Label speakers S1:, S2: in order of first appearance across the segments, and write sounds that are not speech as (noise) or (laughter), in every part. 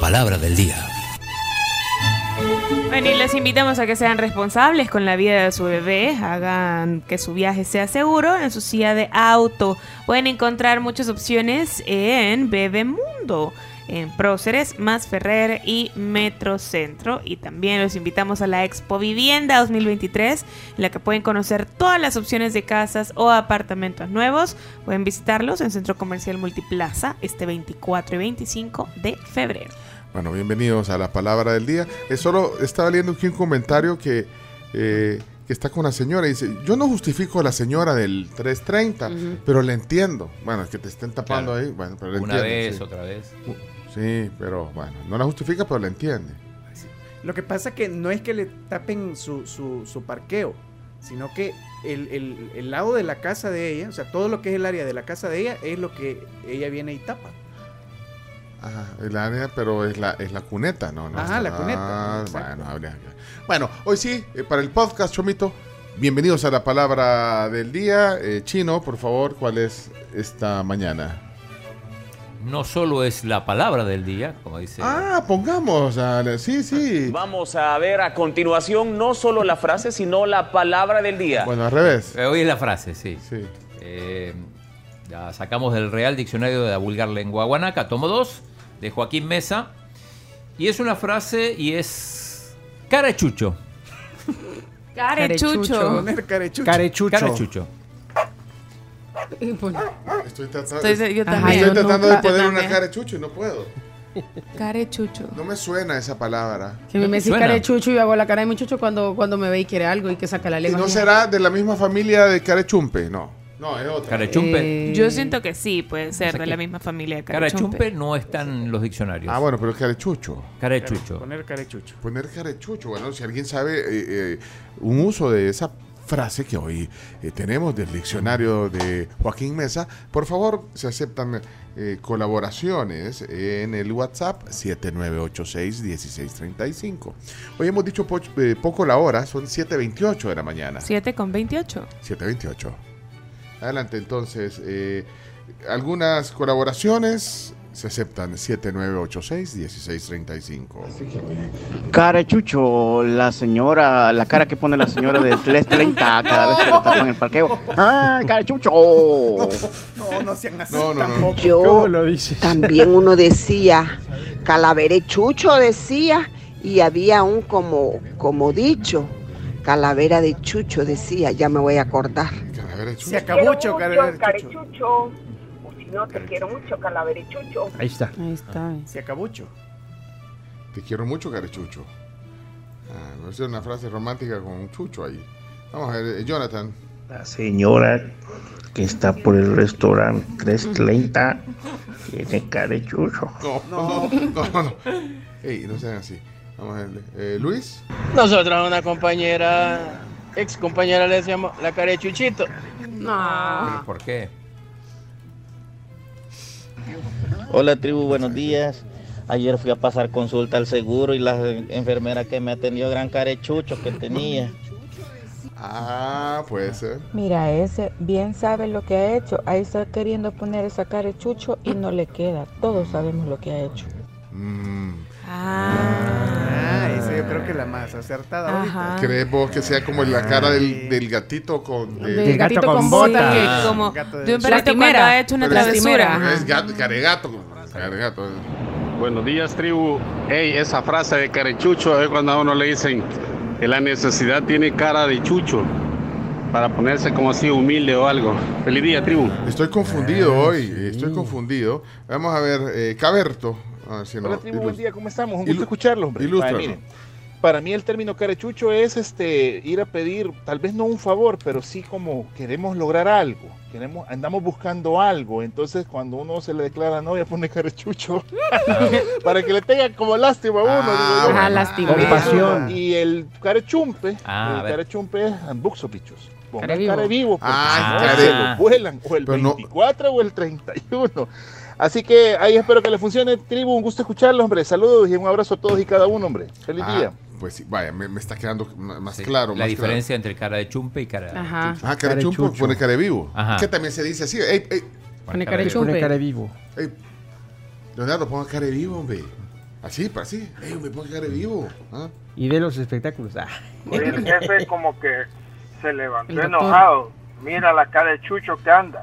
S1: palabra del día.
S2: Bueno, y los invitamos a que sean responsables con la vida de su bebé, hagan que su viaje sea seguro en su silla de auto. Pueden encontrar muchas opciones en Bebemundo, en Próceres, Más Ferrer y Metrocentro. Y también los invitamos a la Expo Vivienda 2023, en la que pueden conocer todas las opciones de casas o apartamentos nuevos. Pueden visitarlos en Centro Comercial Multiplaza este 24 y 25 de febrero.
S3: Bueno, bienvenidos a la palabra del día. Es solo estaba leyendo aquí un comentario que, eh, que está con una señora y dice, yo no justifico a la señora del 330, pero la entiendo. Bueno, es que te estén tapando
S4: Claro.
S3: ahí, bueno, pero la
S4: Una
S3: entiende,
S4: vez,
S3: sí.
S4: otra vez.
S3: Sí, pero bueno, no la justifica, pero la entiende.
S5: Lo que pasa es que no es que le tapen su, su, su parqueo, sino que el, el- el lado de la casa de ella, o sea, todo lo que es el área de la casa de ella es lo que ella viene y tapa.
S3: Ajá, el área, pero es Eh, la, es la cuneta, ¿no? no
S5: Ajá, la
S3: Ah,
S5: cuneta, exacto.
S3: Bueno, habría que- bueno, hoy sí, eh, para el podcast, Chomito, bienvenidos a la palabra del día. Eh, Chino, por favor, ¿cuál es esta mañana?
S4: No solo es la palabra del día, como dice.
S3: Ah, pongamos, a- sí, sí.
S6: Vamos a ver a continuación no solo la frase, sino la palabra del día.
S3: Bueno, al revés.
S4: Eh, Hoy es la frase, sí.
S3: Sí.
S4: Eh, la sacamos del Real Diccionario de la Vulgar Lengua Guanaca, tomo 2, de Joaquín Mesa. Y es una frase y es. Carachucho.
S2: Carechucho.
S5: Poner carechucho.
S7: Carechucho.
S4: Carachucho.
S3: Ah, Estoy tratando,
S2: Estoy- yo
S3: estoy
S2: también.
S7: yo
S3: tratando
S7: nunca-
S3: de poner
S2: yo
S3: una
S2: también.
S3: cara de chucho y no puedo.
S7: Carechucho.
S3: No me suena esa palabra.
S7: Si me decís
S4: Suena.
S7: carechucho, yo hago la cara de mi chucho cuando, cuando me ve y quiere algo y que saca la
S3: Y
S7: lengua.
S3: no será de la misma familia de carechumpe, no. No, es otra.
S4: Carechumpe.
S7: Eh,
S2: Yo siento que sí, pueden ser de
S4: aquí.
S2: la misma familia de
S4: Carechumpe
S2: Carachumpe.
S4: no está en los diccionarios.
S3: Ah, bueno, pero es carechucho.
S4: Carechucho.
S5: Poner carechucho.
S3: Poner carechucho. Bueno, si alguien sabe eh, eh, un uso de esa frase que hoy eh, tenemos del diccionario de Joaquín Mesa, por favor, se aceptan eh, colaboraciones en el WhatsApp 7986-1635. Hoy hemos dicho poch- eh, poco la hora, son 7.28 de la mañana.
S2: 7 con 28.
S3: 728. Adelante, entonces. eh, algunas colaboraciones se aceptan. 7986-1635.
S8: Carachucho, la señora, la cara que pone la señora del 330 cada vez que le tapan el parqueo. ¡Ah, carachucho!
S5: No, no sean así
S3: No, no, no.
S5: tampoco.
S9: Yo también uno decía, calaverechucho decía, y había un como, como dicho, calavera de chucho decía, ya me voy a acordar.
S3: Calavera de
S5: Se
S3: chucho.
S5: acabó mucho carechucho.
S9: carechucho. O si no, te quiero mucho, calaverechucho.
S10: Ahí está.
S7: Ahí está.
S5: Se acabó mucho.
S3: Te quiero mucho, carechucho. Ah, va a ser una frase romántica con un chucho ahí. Vamos a ver, eh, Jonathan.
S10: La señora que está por el restaurante 330 tiene carechucho.
S3: No, (laughs) no, no, no. no. Ey, no sean así. Vamos a ver. eh, Luis.
S11: Nosotros una compañera, ex compañera le decíamos la cara de Chuchito.
S7: Ah.
S4: ¿Pero ¿Por qué?
S8: Hola, tribu, buenos días. Ayer fui a pasar consulta al seguro y la enfermera que me atendió, gran carechucho que tenía.
S3: Ah, puede ser.
S9: Mira, ese bien sabe lo que ha hecho. Ahí está queriendo poner esa carechucho y no le queda. Todos sabemos lo que ha hecho.
S3: Mm,
S5: Ah, esa yo creo que es la más acertada
S3: Ah,
S5: ahorita.
S2: Ajá.
S3: ¿Crees vos que sea como la cara del, del gatito con. eh,
S7: Del
S10: gato con
S7: bota.
S2: Sí,
S3: Ah,
S2: como
S5: Gato de-
S2: de un perrito cuando
S7: Lastimera.
S2: ha hecho una
S3: Pero es-
S2: travesura.
S3: pero Es gato, caregato. Caregato.
S11: Buenos días, tribu. Ey, esa frase de carechucho es cuando a uno le dicen que la necesidad tiene cara de chucho para ponerse como así humilde o algo. Feliz día, tribu.
S3: Estoy confundido hoy, estoy confundido. Vamos a ver, eh, Caberto. A ver si no-
S11: Hola, tribu, buen
S3: ilus-
S11: día, ¿cómo estamos? Un
S3: Ilu-
S11: gusto escucharlos, hombre.
S3: ilústranos.
S11: Vale, miren, para mí el término carechucho es este ir a pedir, tal vez no un favor, pero sí como queremos lograr algo, queremos, andamos buscando algo. Entonces, cuando uno se le declara novia, pone carechucho (laughs) para que le tenga como lástima a uno.
S3: Ah,
S11: digo yo.
S7: Ajá,
S3: bueno.
S7: lástima.
S10: Con pasión.
S11: Y el carechumpe,
S4: Ah, a
S11: el
S4: ver.
S11: carechumpe es ambuxo, pichos. Pongan
S7: Care vivo.
S11: Care vivo, pues. porque
S3: Ah,
S11: si no,
S3: care-
S11: se lo vuelan o el
S3: Pero no-
S11: 24 o el 31. Así que ahí espero que le funcione, tribu. Un gusto escucharlo, hombre. Saludos y un abrazo a todos y cada uno, hombre. Feliz
S3: Ah,
S11: día.
S3: pues sí, vaya, me, me está quedando m- más
S4: Sí,
S3: claro.
S4: La
S3: más
S4: diferencia entre cara de chumpe y cara
S7: Ajá.
S3: Claro. Ah, carechumpo
S10: Carechucho.
S3: pone carevivo.
S4: Ajá.
S3: Que también se dice así. Ey, ey,
S4: Bueno,
S7: Pone
S4: cara de
S7: carechumpe.
S10: Pone cara vivo.
S3: ey. Leonardo, ponga carevivo, hombre. Así, pa- así. Ey, me puedo quedar vivo. ¿ah?
S12: Y ve los espectáculos. Ah.
S9: El jefe como que se levantó
S12: El doctor.
S9: enojado. Mira la cara de Chucho que anda.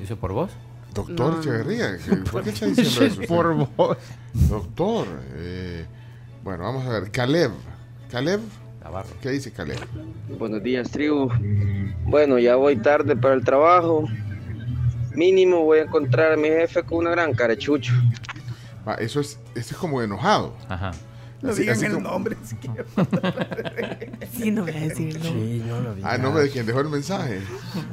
S4: ¿Eso por vos?
S3: Doctor
S9: No.
S3: Echeverría, ¿por qué está
S9: Eso
S3: diciendo
S9: es
S3: eso?
S9: por
S3: vos. Doctor, eh, bueno, vamos a ver. Caleb. Caleb. ¿Qué dice Caleb?
S5: Buenos días, tribu. Bueno, ya voy tarde para el trabajo. Mínimo voy a encontrar a mi jefe con una gran carechucho.
S3: Ah, eso es, eso es como enojado.
S4: Ajá.
S13: No digan el nombre si quieren.
S2: Sí, no voy a decir el nombre.
S12: Sí, no lo
S3: Ah, el nombre de quien dejó el mensaje.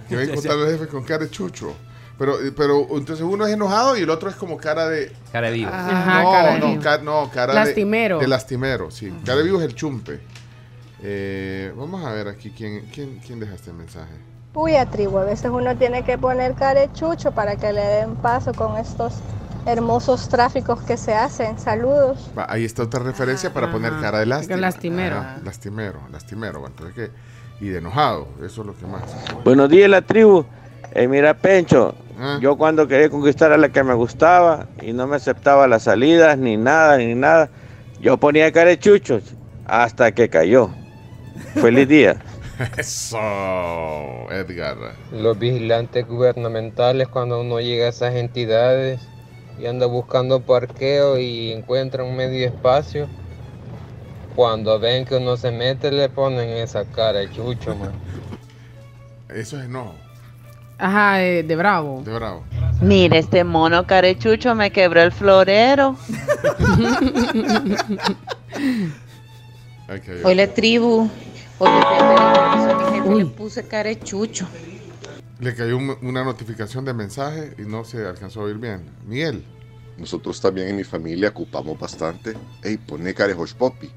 S3: Que va a encontrar al jefe con cara de chucho. Pero, eh, pero entonces uno es enojado y el otro es como cara de.
S4: Cara de vivo.
S7: Ajá,
S3: no,
S7: cara de
S3: no,
S7: vivo.
S3: ca- no, cara de-
S7: Lastimero.
S3: De, lastimero, sí. Cara de vivo es el chumpe. Eh, vamos a ver aquí quién, quién, quién deja este mensaje.
S14: Puya tribu, a veces uno tiene que poner carechucho para que le den paso con estos hermosos tráficos que se hacen. Saludos.
S3: Va, ahí está otra referencia para poner
S7: Ajá.
S3: cara de lástima.
S7: Lastimero.
S3: Ajá, lastimero, lastimero. Bueno, entonces que- y de enojado, eso es lo que más.
S5: Buenos días, la tribu. Eh, mira, Pencho,
S3: (laughs)
S5: yo cuando quería conquistar a la que me gustaba y no me aceptaba las salidas, ni nada, ni nada, yo ponía carechuchos hasta que cayó.
S15: (laughs)
S5: Feliz día.
S3: Eso, Edgar.
S15: Los vigilantes gubernamentales cuando uno llega a esas entidades y anda buscando parqueo y encuentra un medio espacio, cuando ven que uno se mete le ponen esa cara de chucho, man.
S3: Eso es enojo.
S7: Ajá, de, de Bravo.
S3: De Bravo.
S16: Mira, este mono carechucho me quebró el
S3: (laughs)
S16: florero.
S3: Ok.
S17: Hola tribu, hoy le voy a pedir permiso a mi jefe, le puse carechucho.
S3: Le cayó un- una notificación de mensaje y no se alcanzó a oír bien. Miguel.
S18: Nosotros también en mi familia ocupamos bastante. Ey, pone carejos popi.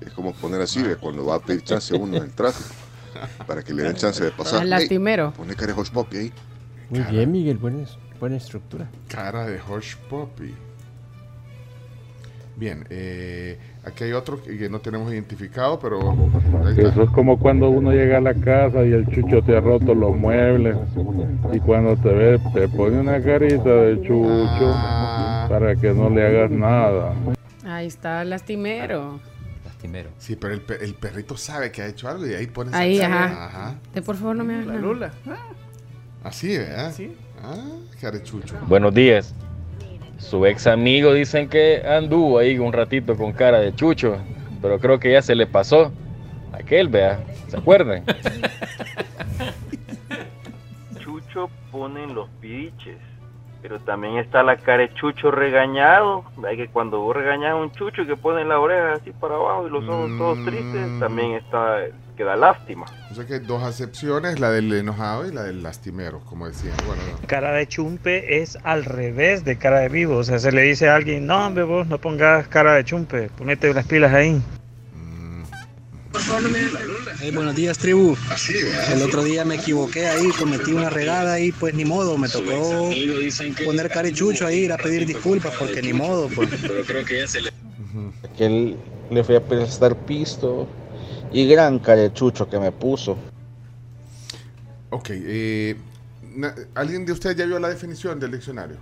S18: Es como poner así, ve, cuando va a pedir chance uno en el tráfico. Para que le den chance de pasar.
S7: Al
S18: Ey,
S7: lastimero.
S18: pone carejos popi ahí.
S12: Muy bien, Miguel, buena, buena estructura.
S3: Cara de Hush Poppy. Bien, eh, aquí hay otro que que no tenemos identificado, pero ahí está.
S19: Eso es como cuando uno llega a la casa y el chucho te ha roto los muebles y cuando te ve te pone una carita de chucho
S3: Ah,
S19: para que no le hagas nada.
S7: Ahí está, lastimero.
S4: Lastimero.
S3: Sí, pero el, pe- el perrito sabe que ha hecho algo y ahí pone esa
S7: Ahí,
S3: cara.
S7: ajá. De por favor no me hagas
S13: La
S7: nada.
S13: lula.
S3: Así, ¿verdad? Ah, carechucho.
S20: Buenos días. Su ex amigo dicen que anduvo ahí un ratito con cara de chucho, pero creo que ya se le pasó. Aquel, vea, ¿se acuerdan?
S11: (laughs) Chucho ponen los piches, pero también está la cara de Chucho regañado. Hay que cuando vos regañas a un Chucho y que ponen la oreja así para abajo y los ojos todos
S21: Mm.
S11: tristes, también está que da lástima.
S3: Mm. O sea que hay dos acepciones, la del enojado y la del lastimero, como decían. Bueno, no.
S22: Cara de chumpe es al revés de cara de vivo. O sea, se le dice a alguien, no, hombre, vos no pongas cara de chumpe, ponete las pilas ahí.
S3: Mm.
S21: Hey, buenos días, tribu. El otro día me equivoqué ahí, cometí una regada y pues ni modo, me tocó poner carichucho ahí, ir a pedir disculpas porque ni modo, pues.
S23: Aquel le fui a prestar pisto y gran carechucho que me puso.
S3: Ok, eh, na- ¿alguien de ustedes ya vio la definición del diccionario?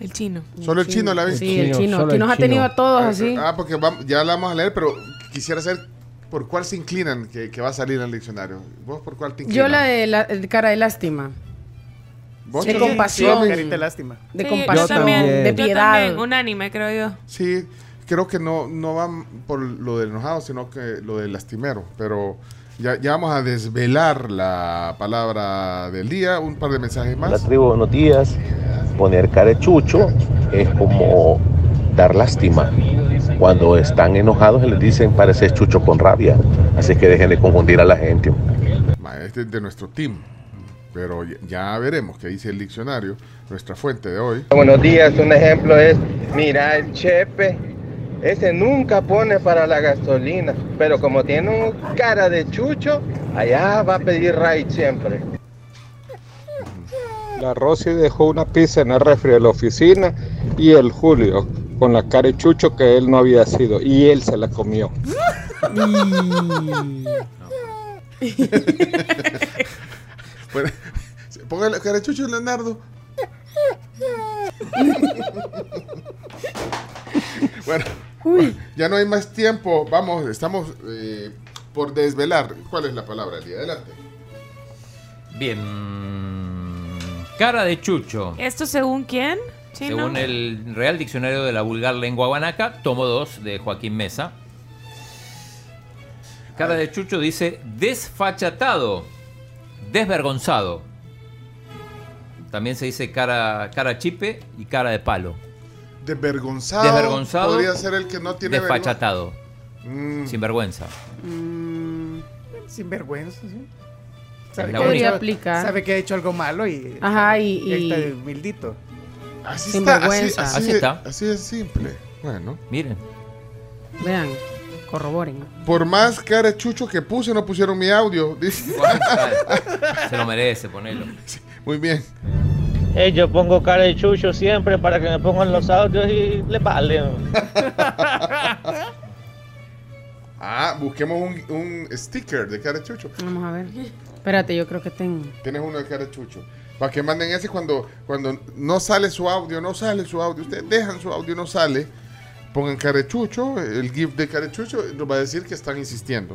S2: El chino.
S3: Solo el chino la ha visto.
S7: Sí, el chino. Aquí nos ha tenido a todos
S3: Ah,
S7: así.
S3: Ah, porque vam- ya la vamos a leer, pero quisiera saber por cuál se inclinan que, que va a salir en el diccionario. ¿Vos por cuál te inclinas?
S7: Yo la de la, el cara de lástima.
S3: ¿Vos?
S7: De
S3: Sí,
S7: compasión.
S3: sí,
S13: carita de lástima.
S7: De
S2: Sí,
S7: compasión.
S2: Yo también,
S7: De
S2: yo
S7: piedad.
S2: también, unánime, creo yo.
S3: Sí, creo que no, no van por lo del enojado, sino que lo del lastimero. Pero ya, ya vamos a desvelar la palabra del día, un par de mensajes
S24: La
S3: más.
S24: tribu, buenos días. Poner carechucho es como dar lástima. Cuando están enojados les dicen pareces chucho con rabia. Así que dejen de confundir a la gente.
S3: Ma, Este es de nuestro team. Pero ya, ya veremos qué dice el diccionario, nuestra fuente de hoy.
S25: Ah, Buenos días, un ejemplo es, mira el Chepe, ese nunca pone para la gasolina, pero como tiene un cara de chucho, allá va a pedir ride siempre.
S26: La Rosy dejó una pizza en el refri de la oficina y el Julio con la cara de chucho que él no había sido y él se la comió.
S3: Bueno, Pues, (laughs) Póngale carechucho, Leonardo. (laughs) Bueno, ya no hay más tiempo. Vamos, estamos eh, por desvelar. ¿Cuál es la palabra, Lía? Adelante.
S4: Bien. Cara de Chucho.
S2: ¿Esto según quién? Chino?
S4: Según el Real Diccionario de la Vulgar Lengua Guanaca, tomo 2 de Joaquín Mesa. Cara de Chucho dice desfachatado, desvergonzado. También se dice cara, cara chipe y cara de palo.
S3: Desvergonzado.
S4: Desvergonzado.
S3: Podría ser el que no tiene Mm, vergüenza.
S4: Desfachatado. Sinvergüenza.
S5: Sin vergüenza, ¿sí?
S4: Es
S5: Sabe
S4: la
S5: que, ha
S4: única.
S5: hecho-
S7: aplicar.
S5: sabe que ha hecho algo malo y.
S7: Ajá, y-
S5: ahí está
S7: y-
S5: de humildito.
S3: Así
S7: Sin
S3: está, así-
S7: vergüenza.
S3: Así,
S7: Así
S3: de-
S7: está.
S3: así de simple. Bueno. (laughs)
S4: Miren.
S7: Vean, corroboren.
S3: Por más cara chucho que puse, no pusieron mi audio. (laughs) Dice.
S4: Se lo merece, ponelo.
S3: Muy bien.
S6: Eh, yo pongo cara de chucho siempre para que me pongan los audios y le vale.
S3: Ah, busquemos un, un sticker de cara chucho.
S7: Vamos a
S2: (laughs)
S7: ver. Espérate, yo creo que tengo.
S3: Tienes uno de cara chucho. Para que manden ese cuando, cuando no sale su audio, no sale su audio. Ustedes dejan su audio, no sale. Pongan carechucho, el GIF de carechucho nos va a decir que están insistiendo.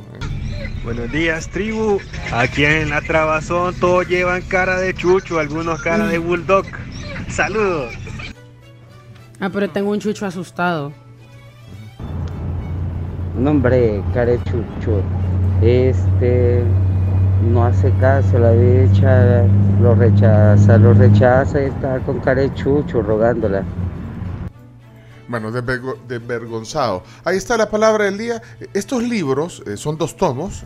S27: Buenos días, tribu. Aquí en la Trabazón todos llevan cara de chucho, algunos cara de bulldog. Saludos.
S7: Ah, pero tengo un chucho asustado.
S9: No, hombre, carechucho. Este no hace caso, la derecha lo rechaza, lo rechaza y está con carechucho rogándola.
S3: Bueno, desvergo- desvergonzado. Ahí está la palabra del día. Estos libros eh, son dos tomos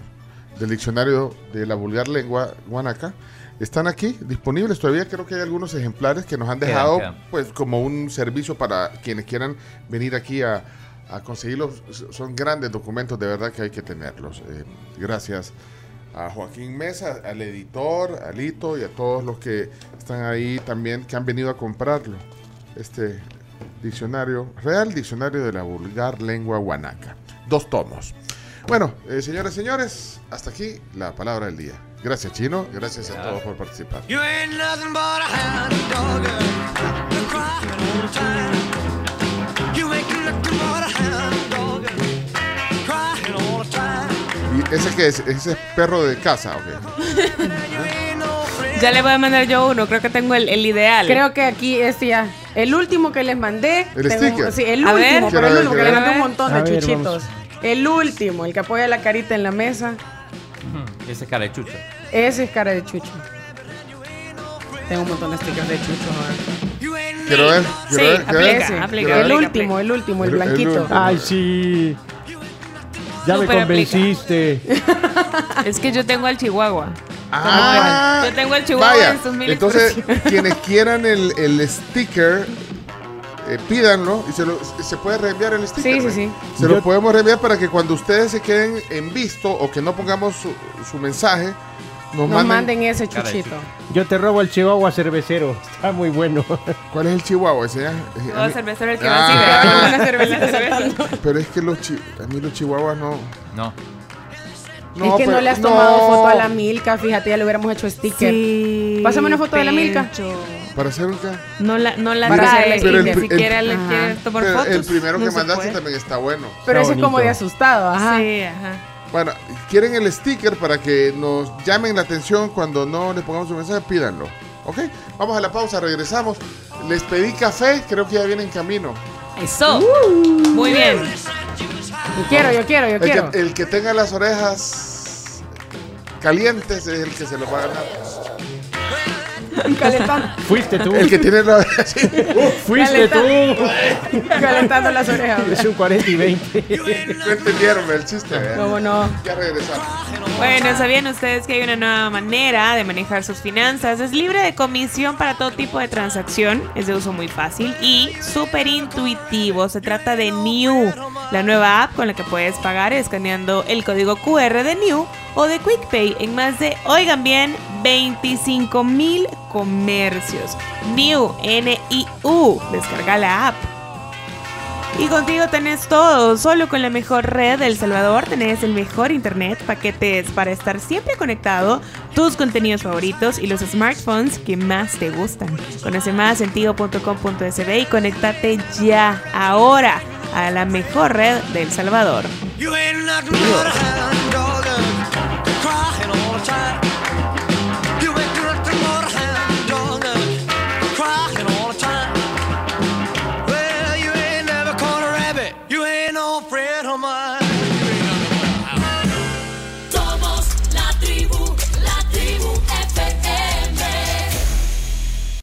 S3: del diccionario de la vulgar lengua guanaca. Están aquí disponibles todavía. Creo que hay algunos ejemplares que nos han
S4: Quedan,
S3: dejado
S4: quedan.
S3: pues como un servicio para quienes quieran venir aquí a, a conseguirlos. S- Son grandes documentos, de verdad que hay que tenerlos. Eh, gracias a Joaquín Mesa, al editor, a Lito y a todos los que están ahí también que han venido a comprarlo. Este diccionario, Real Diccionario de la Vulgar Lengua Guanaca. Dos tomos. Bueno, eh, señoras y señores, hasta aquí la palabra del día. Gracias, Chino. Gracias a todos por participar.
S10: You ain't nothing but a hound dog. You're crying all the time. You ain't nothing but a hound dog. Crying all the time.
S3: ¿Y ese qué es? Ese es perro de casa, ok.
S2: Ya le voy a mandar yo uno, creo que tengo el, el ideal.
S7: Creo que aquí es ya. El último que les mandé.
S2: ¿El sticker?
S7: Sí, el
S2: A ver.
S7: último, pero
S2: Quiero ver,
S7: el último, que
S2: quiero
S7: le
S2: ver.
S7: mandé un montón
S4: A
S7: de
S4: ver,
S7: chuchitos.
S4: vamos.
S7: El último, el que apoya la carita en la mesa.
S4: Ese es cara de chucho.
S7: Ese es cara de chucho. Tengo un montón de stickers de chucho ahora.
S3: Quiero ver.
S7: Sí,
S3: Quiero ver, quiero ver.
S7: aplica, aplica,
S3: Quiero ver.
S7: El último, el último, el
S3: El- el
S7: blanquito.
S3: último.
S1: Ay, sí. Ya me
S2: Súper aplica.
S1: convenciste.
S2: Es que yo tengo al Chihuahua.
S3: Ah,
S2: yo tengo al Chihuahua
S3: Vaya,
S2: en sus mil
S3: entonces
S7: (laughs)
S2: expresiones.
S3: quienes quieran el, el sticker, eh, pídanlo y se, lo- se puede reenviar el sticker.
S7: Sí, sí,
S3: ¿eh?
S7: sí.
S3: Se lo podemos reenviar para que cuando ustedes se queden en visto o que no pongamos su, su mensaje, nos,
S7: Nos
S3: manden,
S7: manden ese chuchito.
S1: Yo te robo el chihuahua cervecero. Está muy bueno.
S3: ¿Cuál es el chihuahua? Ese ya- Eh,
S2: Chihuahua
S3: a mí-
S2: cervecero, el que
S3: Ah.
S2: va así, con una cervecita saltando.
S3: Pero es que los chi- a mí los chihuahuas no.
S4: No.
S7: es que no
S3: pero-
S7: le has tomado
S3: no.
S7: foto a la Milka, fíjate, ya le hubiéramos hecho sticker. Pásame una foto de la Milka.
S3: Para hacer un ca-
S2: No la, no la
S7: Para
S2: trae,
S7: hacerle
S2: ni
S3: Pero el- el-
S2: siquiera le quiere tomar
S3: pero
S2: fotos.
S3: el primero
S2: No
S3: que
S2: se
S3: mandaste
S2: puede.
S3: también está bueno.
S7: Pero ese es como de
S3: bonito.
S7: asustado, ajá.
S2: Sí, ajá.
S3: Bueno, quieren el sticker para que nos llamen la atención cuando no les pongamos un mensaje, pídanlo. ¿Ok? Vamos a la pausa, regresamos. Les pedí café, creo que ya viene en camino.
S2: Eso. Muy bien.
S7: Yo quiero, yo quiero, yo
S3: El que,
S7: quiero.
S3: el que tenga las orejas calientes es el que se lo va a ganar.
S7: (laughs) Calentando.
S1: Fuiste tú. (laughs)
S3: El que tiene
S7: (laughs)
S3: la oreja sí.
S1: Fuiste tú.
S7: Calentando las orejas.
S1: Es un 40 y 20.
S3: No entendieron el chiste. ¿eh?
S7: ¿Cómo no?
S3: Ya regresamos.
S2: Bueno, ¿sabían ustedes que hay una nueva manera de manejar sus finanzas? Es libre de comisión para todo tipo de transacción, es de uso muy fácil y súper intuitivo. Se trata de New, la nueva app con la que puedes pagar escaneando el código QR de New o de QuickPay en más de, oigan bien, 25 mil comercios. New, N-I-U, descarga la app. Y contigo tenés todo, solo con la mejor red de El Salvador tenés el mejor internet, paquetes para estar siempre conectado, tus contenidos favoritos y los smartphones que más te gustan. Conoce más en tigo.com.sb y conéctate ya ahora. a la mejor red de El Salvador.
S10: You ain't nothing but a hound dog uh, crying all the time.